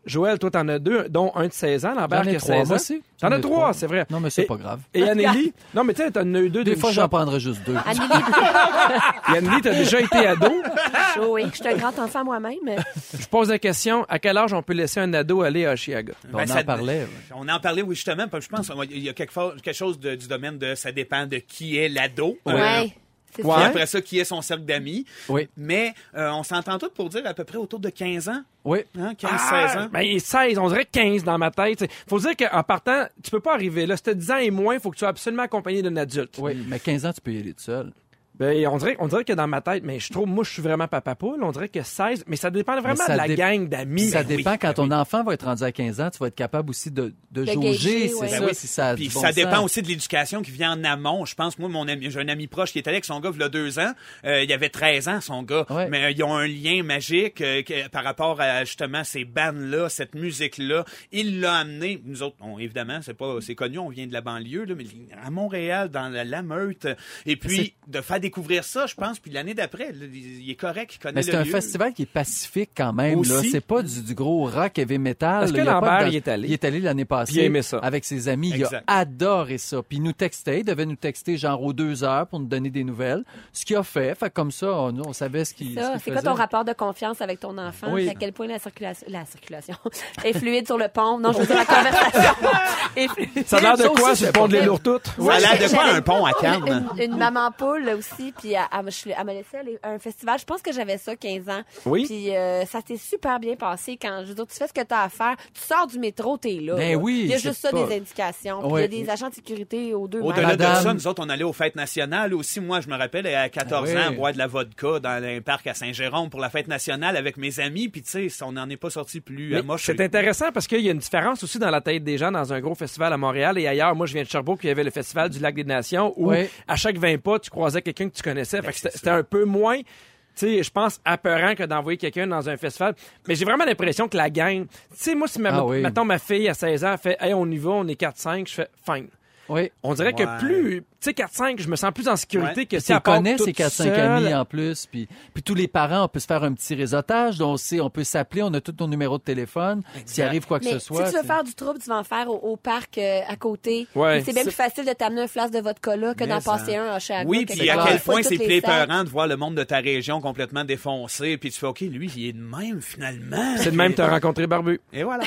[SPEAKER 1] Joël, toi, t'en as deux, dont un de 16 ans,
[SPEAKER 3] J'en
[SPEAKER 1] Lambert qui
[SPEAKER 3] ai
[SPEAKER 1] a
[SPEAKER 3] trois,
[SPEAKER 1] 16 ans.
[SPEAKER 3] moi aussi.
[SPEAKER 1] T'en
[SPEAKER 3] J'en
[SPEAKER 1] as
[SPEAKER 3] ai
[SPEAKER 1] trois, c'est vrai.
[SPEAKER 3] Non, mais c'est
[SPEAKER 1] Et-
[SPEAKER 3] pas grave. <laughs>
[SPEAKER 1] Et Annélie, non, mais tu sais, t'en as eu deux
[SPEAKER 3] Des
[SPEAKER 1] d'une
[SPEAKER 3] fois,
[SPEAKER 1] shot.
[SPEAKER 3] j'en prendrais juste deux.
[SPEAKER 4] Ah,
[SPEAKER 1] Et Annélie, t'as déjà
[SPEAKER 3] <laughs>
[SPEAKER 1] été ado.
[SPEAKER 4] oui, je suis un grand enfant moi-même.
[SPEAKER 1] Je pose la question, à quel âge on peut laisser un ado aller à Chiaga?
[SPEAKER 3] on en
[SPEAKER 2] Ben, ça-
[SPEAKER 3] parlait. ouais.
[SPEAKER 2] On en parlait, oui, justement, parce que je pense qu'il y a quelque, fo- quelque chose de- du domaine de ça dépend de qui est l'ado. Euh,
[SPEAKER 4] Ouais. C'est
[SPEAKER 1] Ouais.
[SPEAKER 2] puis
[SPEAKER 4] ça.
[SPEAKER 2] après ça, qui est son cercle d'amis.
[SPEAKER 3] Oui.
[SPEAKER 2] Mais euh, on s'entend tous pour dire à peu près autour de 15 ans,
[SPEAKER 3] Oui.
[SPEAKER 2] hein, 15-16 ans.
[SPEAKER 1] Ben, il est 16, on dirait 15 dans ma tête. t'sais. Faut dire qu'en partant, tu peux pas arriver. Là, si t'as 10 ans et moins, faut que tu sois absolument accompagné d'un adulte.
[SPEAKER 3] Oui, mais 15 ans, tu peux y aller tout seul.
[SPEAKER 1] Ben, on dirait, on dirait que dans ma tête, mais je trouve, moi, je suis vraiment papa poule. On dirait que 16, mais ça dépend vraiment
[SPEAKER 3] ça
[SPEAKER 1] de la
[SPEAKER 3] dé-
[SPEAKER 1] gang d'amis.
[SPEAKER 3] ça
[SPEAKER 1] Ben oui,
[SPEAKER 3] dépend,
[SPEAKER 1] ben
[SPEAKER 3] quand
[SPEAKER 1] oui.
[SPEAKER 3] ton enfant va être rendu à 15 ans, tu vas être capable aussi de, de,
[SPEAKER 4] gager,
[SPEAKER 3] jauger, c'est
[SPEAKER 4] ouais.
[SPEAKER 3] ça,
[SPEAKER 2] Ben oui.
[SPEAKER 3] si ça a
[SPEAKER 2] Puis
[SPEAKER 3] du bon
[SPEAKER 2] ça dépend
[SPEAKER 3] sens.
[SPEAKER 2] aussi de l'éducation qui vient en amont. Je pense, moi, mon ami, j'ai un ami proche qui est allé avec son gars, il a deux ans. Euh, il avait 13 ans, son gars.
[SPEAKER 3] Ouais.
[SPEAKER 2] Mais euh, ils ont un lien magique euh, que- par rapport à, justement, ces bandes-là, cette musique-là. Il l'a amené. Nous autres, on, évidemment, c'est pas, c'est connu, on vient de la banlieue, là, mais à Montréal, dans la, la Meute. Et puis, de faire découvrir ça, je pense, puis l'année d'après, là, il il est correct, il connaît
[SPEAKER 3] Mais
[SPEAKER 2] le
[SPEAKER 3] c'est un
[SPEAKER 2] lieu.
[SPEAKER 3] festival qui est pacifique quand même.
[SPEAKER 2] Aussi.
[SPEAKER 3] Là. C'est pas du, du gros rock heavy metal.
[SPEAKER 1] Parce que
[SPEAKER 3] Il y a pas
[SPEAKER 1] Lambert
[SPEAKER 3] de-
[SPEAKER 1] y est allé.
[SPEAKER 3] Il est allé l'année passée.
[SPEAKER 1] il a aimé ça.
[SPEAKER 3] Avec ses amis.
[SPEAKER 2] Exact.
[SPEAKER 3] Il a adoré ça. Puis il nous textait. Il devait nous texter genre aux deux heures pour nous donner des nouvelles. Ce qu'il a fait. Fait que comme ça, on, on savait ce
[SPEAKER 4] Ça,
[SPEAKER 3] qu'il, ce qu'il
[SPEAKER 4] c'est
[SPEAKER 3] faisait.
[SPEAKER 4] quoi ton rapport de confiance avec ton enfant?
[SPEAKER 3] Oui.
[SPEAKER 4] C'est À quel point la circulation, la circulation <laughs> est fluide sur le pont? Non, je veux dire la conversation est fluide.
[SPEAKER 1] Ça a l'air de
[SPEAKER 3] Ça
[SPEAKER 1] quoi,
[SPEAKER 3] aussi,
[SPEAKER 1] sur le
[SPEAKER 3] c'est
[SPEAKER 1] pont de
[SPEAKER 3] pas
[SPEAKER 1] l'île
[SPEAKER 3] vrai.
[SPEAKER 1] Lourtoute?
[SPEAKER 2] Ça a l'air de quoi,
[SPEAKER 4] J'avais-
[SPEAKER 2] un pont à Cannes?
[SPEAKER 4] Une, une maman poule là, aussi, puis elle, elle me- je- elle m'a laissé aller à un festival. Je pense que j'avais ça, 15 ans.
[SPEAKER 1] Oui.
[SPEAKER 4] Puis euh, ça s'est super bien passé quand, je veux dire, tu fais ce que tu as à faire, tu sors du métro, t'es là.
[SPEAKER 3] Ben
[SPEAKER 4] là.
[SPEAKER 3] oui,
[SPEAKER 4] Il y a
[SPEAKER 3] c'est
[SPEAKER 4] juste ça,
[SPEAKER 3] pas-
[SPEAKER 4] des indications. Puis
[SPEAKER 3] Ouais.
[SPEAKER 4] il y a des agents de sécurité aux deux
[SPEAKER 2] Au-delà
[SPEAKER 4] mains.
[SPEAKER 2] de
[SPEAKER 3] Madame.
[SPEAKER 2] ça, nous autres, on allait aux fêtes nationales aussi. Moi, je me rappelle, à 14
[SPEAKER 3] Ah oui.
[SPEAKER 2] ans, boire de la vodka dans un parc à Saint-Jérôme pour la fête nationale avec mes amis. Puis, tu sais, on n'en est pas sorti plus
[SPEAKER 1] Mais
[SPEAKER 2] à moche.
[SPEAKER 1] C'est intéressant parce qu'il y a une différence aussi dans la tête des gens dans un gros festival à Montréal et ailleurs. Moi, je viens de Sherbrooke, il y avait le festival du Lac des Nations où
[SPEAKER 3] Oui.
[SPEAKER 1] à chaque 20 pas, tu croisais quelqu'un que tu connaissais. Fait que
[SPEAKER 2] Ben, c'est
[SPEAKER 1] c'était c'était un peu moins, tu sais, je pense, apeurant que d'envoyer quelqu'un dans un festival. Mais j'ai vraiment l'impression que la gang, tu sais, moi, si ma,
[SPEAKER 3] Ah oui.
[SPEAKER 1] mettons, ma fille à 16 ans fait, hey, on y va, on est 4-5, je fais, fine.
[SPEAKER 3] Oui.
[SPEAKER 1] On dirait
[SPEAKER 2] Ouais.
[SPEAKER 1] que plus, tu sais, 4-5, je me sens plus en sécurité
[SPEAKER 2] Ouais.
[SPEAKER 1] que
[SPEAKER 3] Puis
[SPEAKER 1] si
[SPEAKER 3] tu
[SPEAKER 1] elle
[SPEAKER 3] les
[SPEAKER 1] part
[SPEAKER 3] connais
[SPEAKER 1] toute
[SPEAKER 3] ces 4-5
[SPEAKER 1] seule.
[SPEAKER 3] amis en plus. Puis, puis tous les parents, on peut se faire un petit réseautage. Donc on, sait, on peut s'appeler, on a tous nos numéros de téléphone. S'il arrive quoi que
[SPEAKER 4] Mais
[SPEAKER 3] ce soit.
[SPEAKER 4] si tu veux
[SPEAKER 3] c'est-
[SPEAKER 4] faire du trouble, tu vas en faire au, au parc euh, à côté.
[SPEAKER 1] Ouais.
[SPEAKER 4] Puis C'est bien plus facile de t'amener un flasque de vodka là que
[SPEAKER 2] Mais
[SPEAKER 4] d'en
[SPEAKER 2] ça-
[SPEAKER 4] passer un à chaque
[SPEAKER 2] Oui, puis à
[SPEAKER 3] clair.
[SPEAKER 2] quel point c'est plus épeurant de voir le monde de ta région complètement défoncé. Puis tu fais, OK, lui, il est de même, finalement.
[SPEAKER 1] C'est de même, Mm. t'as rencontré Barbu.
[SPEAKER 2] Et voilà.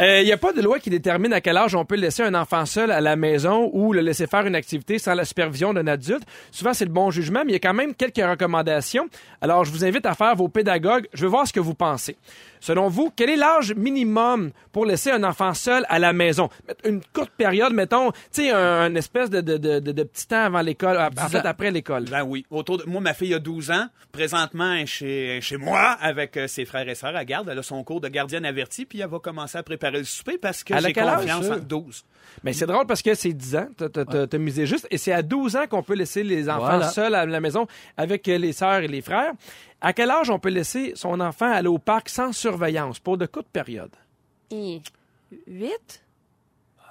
[SPEAKER 1] Euh, Il n'y a pas de loi qui détermine à quel âge on peut laisser un enfant seul à la maison ou le laisser faire une activité sans la supervision d'un adulte. Souvent, c'est le bon jugement, mais il y a quand même quelques recommandations. Alors, je vous invite à faire vos pédagogues. Je veux voir ce que vous pensez. Selon vous, quel est l'âge minimum pour laisser un enfant seul à la maison? Une courte période, mettons, tu sais, un, un espèce de, de, de, de- de petit temps avant l'école, en fait,
[SPEAKER 3] ans.
[SPEAKER 1] après l'école.
[SPEAKER 2] <laughs> Ben oui. Autour de... Moi, ma fille a 12 ans. Présentement, elle est chez, chez moi avec euh, ses frères et sœurs à garde. Elle a son cours de gardienne avertie. Puis elle va commencer à préparer le souper parce que
[SPEAKER 1] Elle a
[SPEAKER 2] j'ai
[SPEAKER 1] quel âge,
[SPEAKER 2] confiance
[SPEAKER 1] ça?
[SPEAKER 2] en 12.
[SPEAKER 1] Mais c'est drôle parce que c'est 10 ans, t'as- t'as t'as- t'as misé juste, et c'est à 12 ans qu'on peut laisser les enfants
[SPEAKER 3] Voilà.
[SPEAKER 1] seuls à la maison avec euh, les sœurs et les frères. À quel âge on peut laisser son enfant aller au parc sans surveillance pour de courtes périodes?
[SPEAKER 4] 8?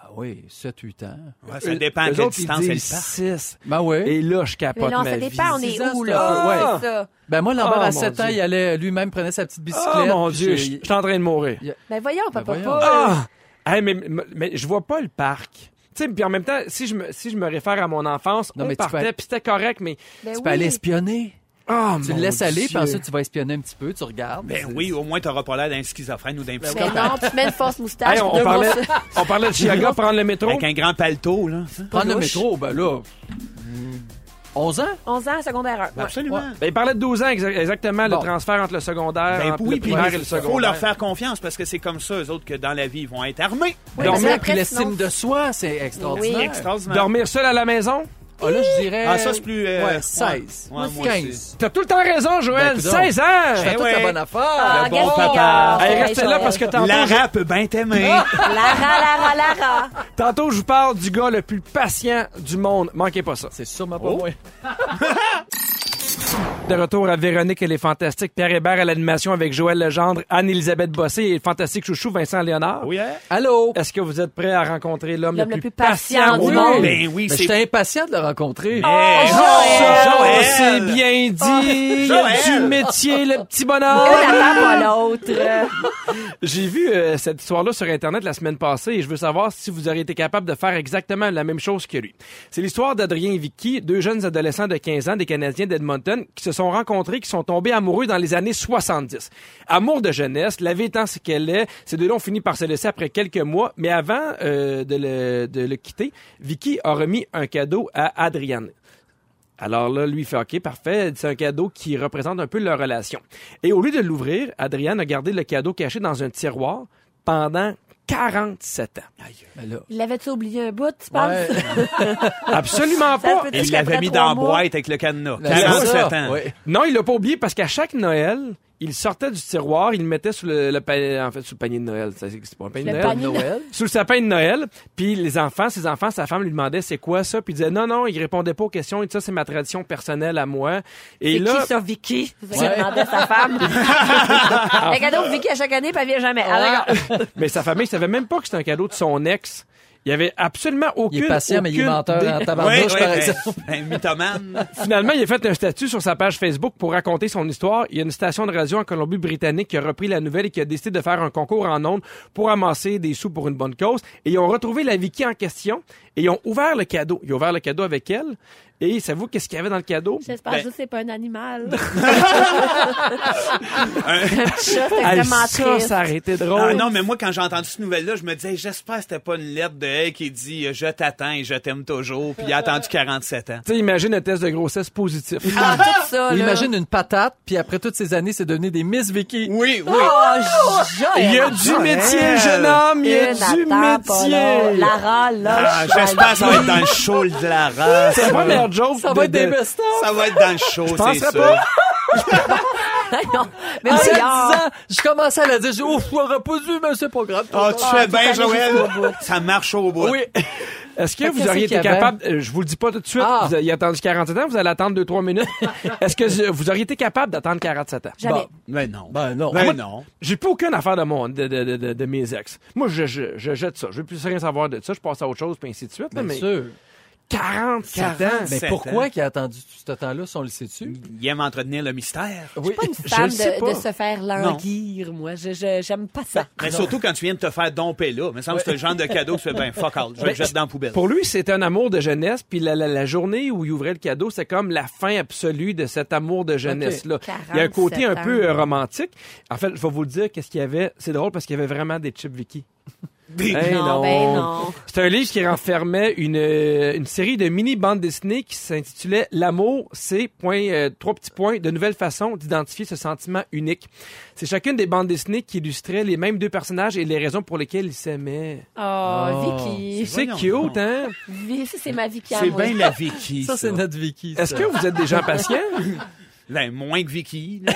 [SPEAKER 3] Ah oui, 7-8 ans.
[SPEAKER 2] Ouais, ça dépend à
[SPEAKER 1] Euh, Eux
[SPEAKER 2] quelle
[SPEAKER 1] autres, ils
[SPEAKER 2] distance elle
[SPEAKER 1] disent
[SPEAKER 2] part.
[SPEAKER 1] 6.
[SPEAKER 3] Ben oui.
[SPEAKER 1] Et là, je capote
[SPEAKER 4] Mais non,
[SPEAKER 1] ma
[SPEAKER 4] ça
[SPEAKER 1] vie.
[SPEAKER 4] dépend, on est
[SPEAKER 3] Six ans,
[SPEAKER 4] où
[SPEAKER 3] c'est
[SPEAKER 4] là? Ah!
[SPEAKER 3] un peu-
[SPEAKER 4] C'est ça.
[SPEAKER 3] Ben moi, Lambert,
[SPEAKER 1] Oh,
[SPEAKER 3] à
[SPEAKER 1] mon
[SPEAKER 3] 7 ans,
[SPEAKER 1] Dieu.
[SPEAKER 3] il allait lui-même prenait sa petite bicyclette.
[SPEAKER 1] Oh mon
[SPEAKER 3] puis
[SPEAKER 1] Dieu, je
[SPEAKER 3] j'ai-
[SPEAKER 1] je suis en train de mourir.
[SPEAKER 4] Ben voyons, papa
[SPEAKER 3] voyons.
[SPEAKER 4] Paul.
[SPEAKER 1] Ah! Hey, mais, mais, mais je vois pas le parc. Tu sais, puis en même temps, si je me, si je me réfère à mon enfance,
[SPEAKER 3] Non,
[SPEAKER 1] on
[SPEAKER 3] mais tu peux
[SPEAKER 1] partait,
[SPEAKER 3] aller-
[SPEAKER 1] puis c'était correct, mais...
[SPEAKER 4] Ben
[SPEAKER 3] Tu
[SPEAKER 4] oui.
[SPEAKER 3] peux aller espionner.
[SPEAKER 1] Oh,
[SPEAKER 3] Tu le laisses aller, puis ensuite tu vas espionner un petit peu, tu regardes.
[SPEAKER 2] Ben oui, au moins, t'auras pas l'air d'un schizophrène ou d'un
[SPEAKER 4] Ben
[SPEAKER 2] psychopathe.
[SPEAKER 4] non, tu mets une fausse moustache.
[SPEAKER 1] Hey, on, on
[SPEAKER 4] deux
[SPEAKER 1] parlait,
[SPEAKER 4] grosses-
[SPEAKER 1] on parlait de
[SPEAKER 3] <laughs>
[SPEAKER 1] Chiaga, prendre le métro.
[SPEAKER 2] Avec un grand paletot, là. ça.
[SPEAKER 3] Prendre le
[SPEAKER 1] louche.
[SPEAKER 3] métro, ben là...
[SPEAKER 2] Hmm.
[SPEAKER 3] 11 ans?
[SPEAKER 4] 11 ans, secondaire 1.
[SPEAKER 2] Absolument.
[SPEAKER 1] Ben, il parlait de 12 ans exa- exactement, le
[SPEAKER 3] Bon.
[SPEAKER 1] transfert entre le secondaire,
[SPEAKER 2] Ben
[SPEAKER 1] entre
[SPEAKER 2] oui,
[SPEAKER 1] le
[SPEAKER 2] puis
[SPEAKER 1] primaire et le
[SPEAKER 2] il
[SPEAKER 1] secondaire.
[SPEAKER 2] faut leur faire confiance parce que c'est comme ça, eux autres, que dans la vie, ils vont être armés.
[SPEAKER 4] parce
[SPEAKER 3] Dormir,
[SPEAKER 4] qu'après,
[SPEAKER 3] puis l'estime
[SPEAKER 4] sinon-
[SPEAKER 3] de soi, c'est extraordinaire.
[SPEAKER 4] Oui.
[SPEAKER 2] Extraordinaire.
[SPEAKER 1] Dormir seul à la maison?
[SPEAKER 3] Ah, là, je dirais.
[SPEAKER 2] Ah, ça, c'est plus. euh,
[SPEAKER 3] ouais, 16.
[SPEAKER 2] ouais, moi
[SPEAKER 3] 15.
[SPEAKER 1] T'as tout le temps raison, Joël.
[SPEAKER 3] Ben, coudonc.
[SPEAKER 1] 16
[SPEAKER 3] Je
[SPEAKER 1] ans!
[SPEAKER 3] fais
[SPEAKER 2] Eh
[SPEAKER 3] toute
[SPEAKER 2] ouais.
[SPEAKER 3] la bonne affaire.
[SPEAKER 4] Ah,
[SPEAKER 2] bon
[SPEAKER 4] gaspillage.
[SPEAKER 2] papa.
[SPEAKER 1] Hey,
[SPEAKER 4] Hey,
[SPEAKER 1] restez là
[SPEAKER 4] Joël.
[SPEAKER 1] parce que tantôt,
[SPEAKER 2] La
[SPEAKER 1] je-
[SPEAKER 2] rap peut bien t'aimer.
[SPEAKER 4] Lara, Lara, Lara.
[SPEAKER 1] tantôt, je vous parle du gars le plus patient du monde. Manquez pas ça.
[SPEAKER 3] C'est sûrement
[SPEAKER 2] Oh.
[SPEAKER 3] pas moi.
[SPEAKER 1] De retour à Véronique, elle est fantastique. Pierre Hébert à l'animation avec Joël Legendre, Anne-Elisabeth Bossé et le fantastique chouchou Vincent Léonard.
[SPEAKER 2] Oui, hein?
[SPEAKER 3] Allô?
[SPEAKER 1] Est-ce que vous êtes prêt à rencontrer l'homme le,
[SPEAKER 4] L'homme
[SPEAKER 1] plus patient au
[SPEAKER 4] du
[SPEAKER 1] monde?
[SPEAKER 4] monde.
[SPEAKER 2] Ben oui,
[SPEAKER 3] Mais
[SPEAKER 2] c'est.
[SPEAKER 3] J'étais impatient de le rencontrer.
[SPEAKER 2] Eh,
[SPEAKER 1] Ça,
[SPEAKER 2] Joël! Oh,
[SPEAKER 1] c'est bien dit. Il y a
[SPEAKER 2] Joël!
[SPEAKER 1] du métier, le petit
[SPEAKER 4] Une
[SPEAKER 1] bonhomme.
[SPEAKER 4] attend pas l'autre.
[SPEAKER 1] J'ai vu euh, cette histoire-là sur Internet la semaine passée et je veux savoir si vous auriez été capable de faire exactement la même chose que lui. C'est l'histoire d'Adrien et Vicky, deux jeunes adolescents de 15 ans, des Canadiens d'Edmonton, qui se sont rencontrés, qui sont tombés amoureux dans les années 70. Amour de jeunesse, la vie étant ce qu'elle est, ces deux-là ont fini par se laisser après quelques mois, mais avant euh, de, le, de le quitter, Vicky a remis un cadeau à Adrienne. Alors là, lui, il fait OK, parfait. C'est un cadeau qui représente un peu leur relation. Et au lieu de l'ouvrir, Adrienne a gardé le cadeau caché dans un tiroir pendant 47 ans.
[SPEAKER 3] Mais là,
[SPEAKER 4] Il l'avait-tu oublié un bout, tu penses?
[SPEAKER 3] ouais.
[SPEAKER 1] Absolument
[SPEAKER 4] <laughs> Ça
[SPEAKER 1] pas.
[SPEAKER 4] peut-
[SPEAKER 2] Il
[SPEAKER 4] Est-ce
[SPEAKER 2] l'avait
[SPEAKER 4] qu'après
[SPEAKER 2] mis
[SPEAKER 4] trois
[SPEAKER 2] dans la
[SPEAKER 4] mois-
[SPEAKER 2] boîte avec le cadenas.
[SPEAKER 3] Ben, c'est
[SPEAKER 2] 47
[SPEAKER 3] ça.
[SPEAKER 2] ans.
[SPEAKER 3] Ouais.
[SPEAKER 1] Non, il l'a pas oublié parce qu'à chaque Noël, il sortait du tiroir, il le mettait sous le, le panier, en fait, sous le panier de Noël. Ça, C'est c'est pas un panier de
[SPEAKER 4] Le
[SPEAKER 1] Noël.
[SPEAKER 4] panier de
[SPEAKER 3] Noël.
[SPEAKER 1] Sous le sapin de Noël, puis les enfants, ses enfants, sa femme lui demandait c'est quoi ça, puis il disait non non, il répondait pas aux questions, et ça c'est ma tradition personnelle à moi. Et
[SPEAKER 4] C'est
[SPEAKER 1] là,
[SPEAKER 4] qui ça, Vicky? C'est ça
[SPEAKER 3] Ouais.
[SPEAKER 4] qu'elle demandait à sa femme. Un cadeau Vicky à chaque année, puis elle vient jamais. Ah, d'accord.
[SPEAKER 1] Mais sa famille savait même pas que c'était un cadeau de son ex. Il y avait absolument aucune.
[SPEAKER 3] Il est patient, mais il est
[SPEAKER 1] aucune
[SPEAKER 3] menteur
[SPEAKER 1] idée.
[SPEAKER 3] en
[SPEAKER 2] Ouais,
[SPEAKER 3] tabarnouche,
[SPEAKER 2] ouais,
[SPEAKER 3] par
[SPEAKER 2] ben,
[SPEAKER 3] exemple.
[SPEAKER 2] ben, mythomane.
[SPEAKER 1] <laughs> Finalement, il a fait un statut sur sa page Facebook pour raconter son histoire. Il y a une station de radio en Colombie-Britannique qui a repris la nouvelle et qui a décidé de faire un concours en ondes pour amasser des sous pour une bonne cause. Et ils ont retrouvé la Vicky en question et ils ont ouvert le cadeau. Ils ont ouvert le cadeau avec elle. Et savez-vous qu'est-ce qu'il y avait dans le cadeau?
[SPEAKER 4] J'espère
[SPEAKER 2] Ben-
[SPEAKER 4] juste que c'est pas un animal.
[SPEAKER 2] Un-
[SPEAKER 4] Ça, c'est
[SPEAKER 1] Hey,
[SPEAKER 4] extrêmement
[SPEAKER 1] Ah, ça,
[SPEAKER 4] triste.
[SPEAKER 1] ça aurait été drôle.
[SPEAKER 2] Ah non, mais moi, quand j'ai entendu cette nouvelle-là, je me disais, j'espère que c'était pas une lettre de elle qui dit euh, « Je t'attends et je t'aime toujours », puis il a attendu 47 ans.
[SPEAKER 1] Tu sais, imagine un test de grossesse positif.
[SPEAKER 4] Ah, tout ça,
[SPEAKER 3] Ou
[SPEAKER 4] là.
[SPEAKER 3] <laughs> imagine une patate, puis après toutes ces années, c'est devenu des Miss Vicky.
[SPEAKER 2] Oui, oui.
[SPEAKER 3] Ah,
[SPEAKER 4] Oh,
[SPEAKER 1] Il y
[SPEAKER 4] Joël!
[SPEAKER 1] a du métier, jeune homme! Il y a du
[SPEAKER 4] Nathan, pas
[SPEAKER 1] métier!
[SPEAKER 4] long. Lara, là.
[SPEAKER 2] Ah, j'espère que ça va être dans le show de la race.
[SPEAKER 1] C'est la première joke.
[SPEAKER 3] Ça
[SPEAKER 1] de-
[SPEAKER 3] va être des
[SPEAKER 1] de-
[SPEAKER 3] best
[SPEAKER 2] Ça va être dans le show, c'est
[SPEAKER 1] penserais
[SPEAKER 2] sûr.
[SPEAKER 1] pas.
[SPEAKER 4] Non, Mais
[SPEAKER 3] À
[SPEAKER 4] voyons.
[SPEAKER 3] 10 ans, je commençais à la dire, j'ai- ouf, j'aurais pas dû, mais c'est pas grave.
[SPEAKER 2] Ah, tu fais
[SPEAKER 4] Ah,
[SPEAKER 2] bien,
[SPEAKER 4] tout allait jusqu'au
[SPEAKER 2] Joël. Ça marche au bout.
[SPEAKER 3] Oui.
[SPEAKER 1] <laughs> Est-ce que
[SPEAKER 3] Fait
[SPEAKER 1] vous
[SPEAKER 3] qu'est-ce
[SPEAKER 1] auriez
[SPEAKER 3] qu'il y
[SPEAKER 1] été
[SPEAKER 3] avait?
[SPEAKER 1] capable, euh, je vous le dis pas tout de suite,
[SPEAKER 3] Ah.
[SPEAKER 1] vous avez attendu 47 ans, vous allez attendre 2-3 minutes.
[SPEAKER 3] <laughs>
[SPEAKER 1] Est-ce que je- vous auriez été capable d'attendre 47 ans?
[SPEAKER 4] Jamais.
[SPEAKER 2] Mais non.
[SPEAKER 3] Ben non.
[SPEAKER 2] Ben
[SPEAKER 3] Moi-
[SPEAKER 2] non.
[SPEAKER 1] J'ai plus aucune affaire de mon, de, de, de, de- de mes ex. Moi, je, je, je jette ça. Je veux plus rien savoir de ça. Je passe à autre chose, puis ainsi de suite. là,
[SPEAKER 3] Bien
[SPEAKER 1] mais
[SPEAKER 3] sûr.
[SPEAKER 1] 47 ans!
[SPEAKER 3] Ah,
[SPEAKER 1] Ben,
[SPEAKER 3] Mais
[SPEAKER 2] 47
[SPEAKER 3] pourquoi
[SPEAKER 2] ans.
[SPEAKER 3] qu'il a attendu tout ce temps-là, si on le sait-tu?
[SPEAKER 2] Il aime entretenir le mystère.
[SPEAKER 3] Oui.
[SPEAKER 4] Pas une
[SPEAKER 1] Je
[SPEAKER 4] femme
[SPEAKER 1] le sais
[SPEAKER 4] de,
[SPEAKER 1] pas.
[SPEAKER 4] de se faire languir, moi. Je, je, j'aime pas ça.
[SPEAKER 2] Mais surtout quand tu viens de te faire domper là. Mais ça me semble que c'est le genre de cadeau que tu fais, ben fuck all, je vais le jeter dans la poubelle.
[SPEAKER 1] Pour lui, c'est un amour de jeunesse, puis la, la- la journée où il ouvrait le cadeau, c'est comme la fin absolue de cet amour de jeunesse-là.
[SPEAKER 4] Ok.
[SPEAKER 1] Il y a un côté un
[SPEAKER 4] 47
[SPEAKER 1] peu
[SPEAKER 4] ans.
[SPEAKER 1] euh, romantique. En fait, je vais vous le dire, qu'est-ce qu'il y avait. C'est drôle parce qu'il y avait vraiment des chips Vicky.
[SPEAKER 2] Des-
[SPEAKER 1] Eh
[SPEAKER 4] non, ben non.
[SPEAKER 1] C'est un livre qui renfermait une, euh, une série de mini bandes dessinées qui s'intitulait L'amour, c'est point, euh, trois petits points, de nouvelles façons d'identifier ce sentiment unique. C'est chacune des bandes dessinées qui illustraient les mêmes deux personnages et les raisons pour lesquelles ils s'aimaient. Ah.
[SPEAKER 4] Oh,
[SPEAKER 3] Oh.
[SPEAKER 4] Vicky.
[SPEAKER 1] C'est
[SPEAKER 2] Voyons donc.
[SPEAKER 1] cute, hein?
[SPEAKER 4] Vi- ça, c'est ma Vicky à
[SPEAKER 2] C'est
[SPEAKER 4] moi.
[SPEAKER 2] bien la Vicky.
[SPEAKER 3] Ça, c'est
[SPEAKER 2] ça.
[SPEAKER 3] notre Vicky. ça.
[SPEAKER 1] Est-ce que vous êtes des gens patients?
[SPEAKER 2] Ben, moins que Vicky. là.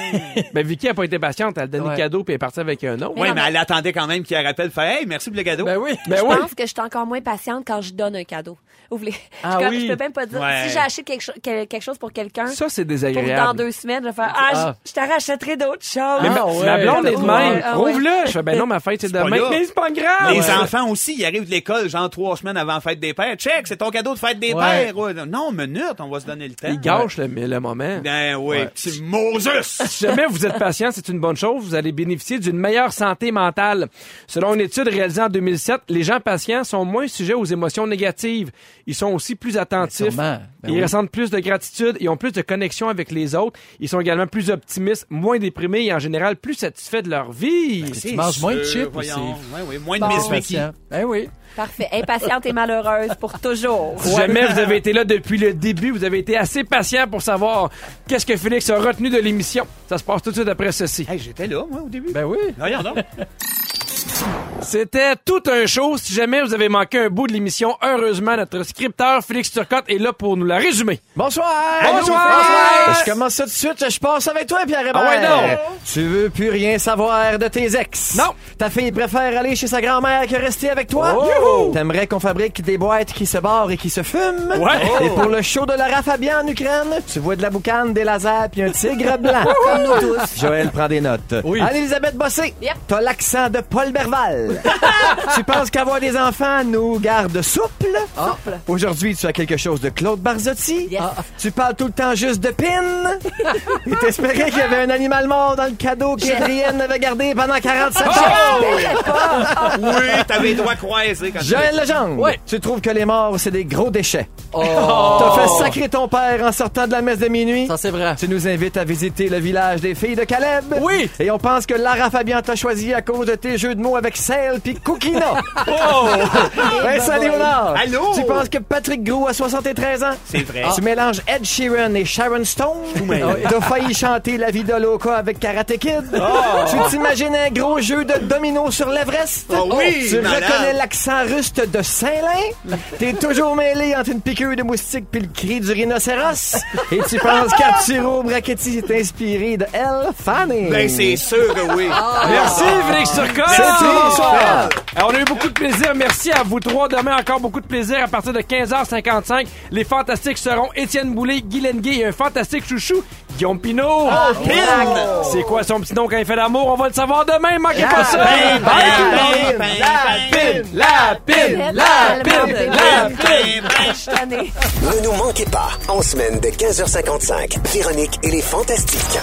[SPEAKER 1] ben, Vicky a pas été patiente. Elle a donné
[SPEAKER 3] Ouais.
[SPEAKER 1] le cadeau puis elle est partie avec un autre.
[SPEAKER 4] Mais
[SPEAKER 2] Ouais,
[SPEAKER 4] non,
[SPEAKER 2] mais
[SPEAKER 4] mais-
[SPEAKER 2] elle attendait quand même qu'il la rappelle. Fait, hey, merci pour le cadeau.
[SPEAKER 3] Ben oui.
[SPEAKER 1] Ben
[SPEAKER 4] je
[SPEAKER 1] oui.
[SPEAKER 4] pense que je suis encore moins patiente quand je donne un cadeau. Ouvrez. Je suis
[SPEAKER 3] Ah
[SPEAKER 4] comme-
[SPEAKER 3] oui.
[SPEAKER 4] Je peux même pas dire.
[SPEAKER 2] Ouais.
[SPEAKER 4] Si j'ai acheté quelque, cho- quel- quelque chose pour quelqu'un,
[SPEAKER 1] Ça, c'est
[SPEAKER 4] pour dans
[SPEAKER 1] désagréable.
[SPEAKER 4] deux semaines, je vais faire Ah, je-
[SPEAKER 3] Ah.
[SPEAKER 4] je, te rachèterai d'autres choses.
[SPEAKER 1] Mais ma,
[SPEAKER 3] Ah ouais.
[SPEAKER 1] ma blonde est de même.
[SPEAKER 4] Ah ouais.
[SPEAKER 1] Rouvre-le. Je fais, ben non, ma fête, c'est
[SPEAKER 2] pas
[SPEAKER 1] demain.
[SPEAKER 2] là.
[SPEAKER 1] Mais c'est pas
[SPEAKER 3] Ah,
[SPEAKER 1] grave.
[SPEAKER 2] Les
[SPEAKER 1] Ouais.
[SPEAKER 2] enfants aussi, ils arrivent de l'école, genre trois semaines avant la fête des pères. Check, c'est ton cadeau de fête des
[SPEAKER 3] Ouais.
[SPEAKER 2] pères. Ouais, Non, minute, on va se donner le temps.
[SPEAKER 1] Ils gâchent le, le moment.
[SPEAKER 2] Ben oui, petit
[SPEAKER 3] <laughs>
[SPEAKER 2] Moses!
[SPEAKER 1] Si jamais vous êtes patient, c'est une bonne chose. Vous allez bénéficier d'une meilleure santé mentale. Selon une étude réalisée en 2007, les gens patients sont moins sujets aux émotions négatives. Ils sont aussi plus attentifs.
[SPEAKER 3] sûrement. Ben
[SPEAKER 1] ils
[SPEAKER 3] oui.
[SPEAKER 1] ressentent plus de gratitude. Ils ont plus de connexion avec les autres. Ils sont également plus optimistes, moins déprimés et en général plus satisfaits de leur vie.
[SPEAKER 2] C'est
[SPEAKER 3] manges moins de
[SPEAKER 2] sûr,
[SPEAKER 3] chips
[SPEAKER 2] voyons.
[SPEAKER 3] aussi.
[SPEAKER 2] Ouais, ouais, moins
[SPEAKER 4] Bon.
[SPEAKER 2] de Miss Vicky.
[SPEAKER 3] Patient. Ben oui.
[SPEAKER 4] Parfait. Impatiente et malheureuse pour toujours.
[SPEAKER 1] Si jamais vous
[SPEAKER 3] <laughs>
[SPEAKER 1] avez été là depuis le début, vous avez été assez patient pour savoir qu'est-ce que Félix a retenu de l'émission. Ça se passe tout de suite après ceci.
[SPEAKER 2] Ben,
[SPEAKER 3] <laughs>
[SPEAKER 2] Hey, j'étais là, moi, au début.
[SPEAKER 3] Ben oui.
[SPEAKER 2] Voyons donc.
[SPEAKER 1] C'était tout un show. Si jamais vous avez manqué un bout de l'émission, heureusement, notre scripteur Félix Turcotte est là pour nous la résumer.
[SPEAKER 5] Bonsoir!
[SPEAKER 1] Bonsoir!
[SPEAKER 5] Je commence ça tout de suite, je passe avec toi, Pierre Hébert.
[SPEAKER 1] Ah ouais, non.
[SPEAKER 5] Tu veux plus rien savoir de tes ex.
[SPEAKER 1] Non.
[SPEAKER 5] Ta fille préfère aller chez sa grand-mère que rester avec toi.
[SPEAKER 1] Oh. Youhou.
[SPEAKER 5] T'aimerais qu'on fabrique des boîtes qui se barrent et qui se fument.
[SPEAKER 1] Ouais. Oh.
[SPEAKER 5] Et pour le show de Lara Fabian en Ukraine, tu vois de la boucane, des lasers puis un tigre blanc.
[SPEAKER 4] Comme nous tous.
[SPEAKER 5] Joël prend des notes.
[SPEAKER 1] Oui.
[SPEAKER 5] Anne-Elisabeth Bossé,
[SPEAKER 4] Yep.
[SPEAKER 5] t'as l'accent de Paul
[SPEAKER 4] <laughs>
[SPEAKER 5] Berval. tu penses qu'avoir des enfants nous garde souples?
[SPEAKER 4] Souple.
[SPEAKER 5] Aujourd'hui, tu as quelque chose de Claude Barzotti.
[SPEAKER 4] Yes.
[SPEAKER 5] Ah. Tu parles tout le temps juste
[SPEAKER 3] <laughs>
[SPEAKER 5] de pin. Et t'espérais qu'il y avait un animal mort dans le cadeau qu'Adrienne avait gardé pendant 45 ans.
[SPEAKER 3] Ah!
[SPEAKER 2] Oui, t'avais les doigts croisés quand tu
[SPEAKER 5] Joël Legendre,
[SPEAKER 3] Ouais. Oh!
[SPEAKER 5] tu trouves que les morts, c'est des gros déchets. T'as fait sacrer ton père en sortant de la messe de minuit.
[SPEAKER 3] Ça, c'est vrai.
[SPEAKER 5] Tu nous invites à visiter le village des filles de Caleb.
[SPEAKER 3] Oui.
[SPEAKER 5] Et on pense que Lara Fabian t'a choisi à cause de tes jeux de mots avec Sel puis
[SPEAKER 3] <laughs>
[SPEAKER 5] Coquina. Vincent Léonard.
[SPEAKER 2] Allô?
[SPEAKER 5] Tu penses que Patrick Gros a 73 ans?
[SPEAKER 2] C'est vrai.
[SPEAKER 5] Tu mélanges Ed Sheeran et Sharon Stone. T'as failli chanter La vie de Loca avec Karate Kid. Tu t'imagines un gros jeu de domino sur l'Everest.
[SPEAKER 2] Oh! Ah oui,
[SPEAKER 5] tu
[SPEAKER 2] malade.
[SPEAKER 5] reconnais l'accent russe de Saint-Lin. T'es toujours mêlé entre une piqûre de moustique puis le cri du rhinocéros. Et tu penses qu'Arturo Brachetti est inspiré de Elle Fanning.
[SPEAKER 2] Ben, c'est sûr que oui.
[SPEAKER 1] Merci, Félix Turcotte.
[SPEAKER 5] C'est tout, bonsoir.
[SPEAKER 1] Alors, on a eu beaucoup de plaisir. Merci à vous trois. Demain, encore beaucoup de plaisir. À partir de 15h55, les fantastiques seront Étienne Boulay, Guy Lenguet et un fantastique chouchou, Guillaume Pinot.
[SPEAKER 2] Pin!
[SPEAKER 1] C'est quoi son petit nom quand il fait l'amour? On va le savoir demain. Manquez pas ça.
[SPEAKER 2] Pin, pin,
[SPEAKER 1] Bye.
[SPEAKER 2] pin, pin, pin.
[SPEAKER 1] La pine, ben. la pine, la pine.
[SPEAKER 2] Pin, pin.
[SPEAKER 4] Je suis tannée.
[SPEAKER 6] Ne nous manquez pas, en semaine de 15h55, Véronique et les Fantastiques.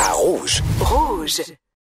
[SPEAKER 6] À Rouge.
[SPEAKER 7] Rouge.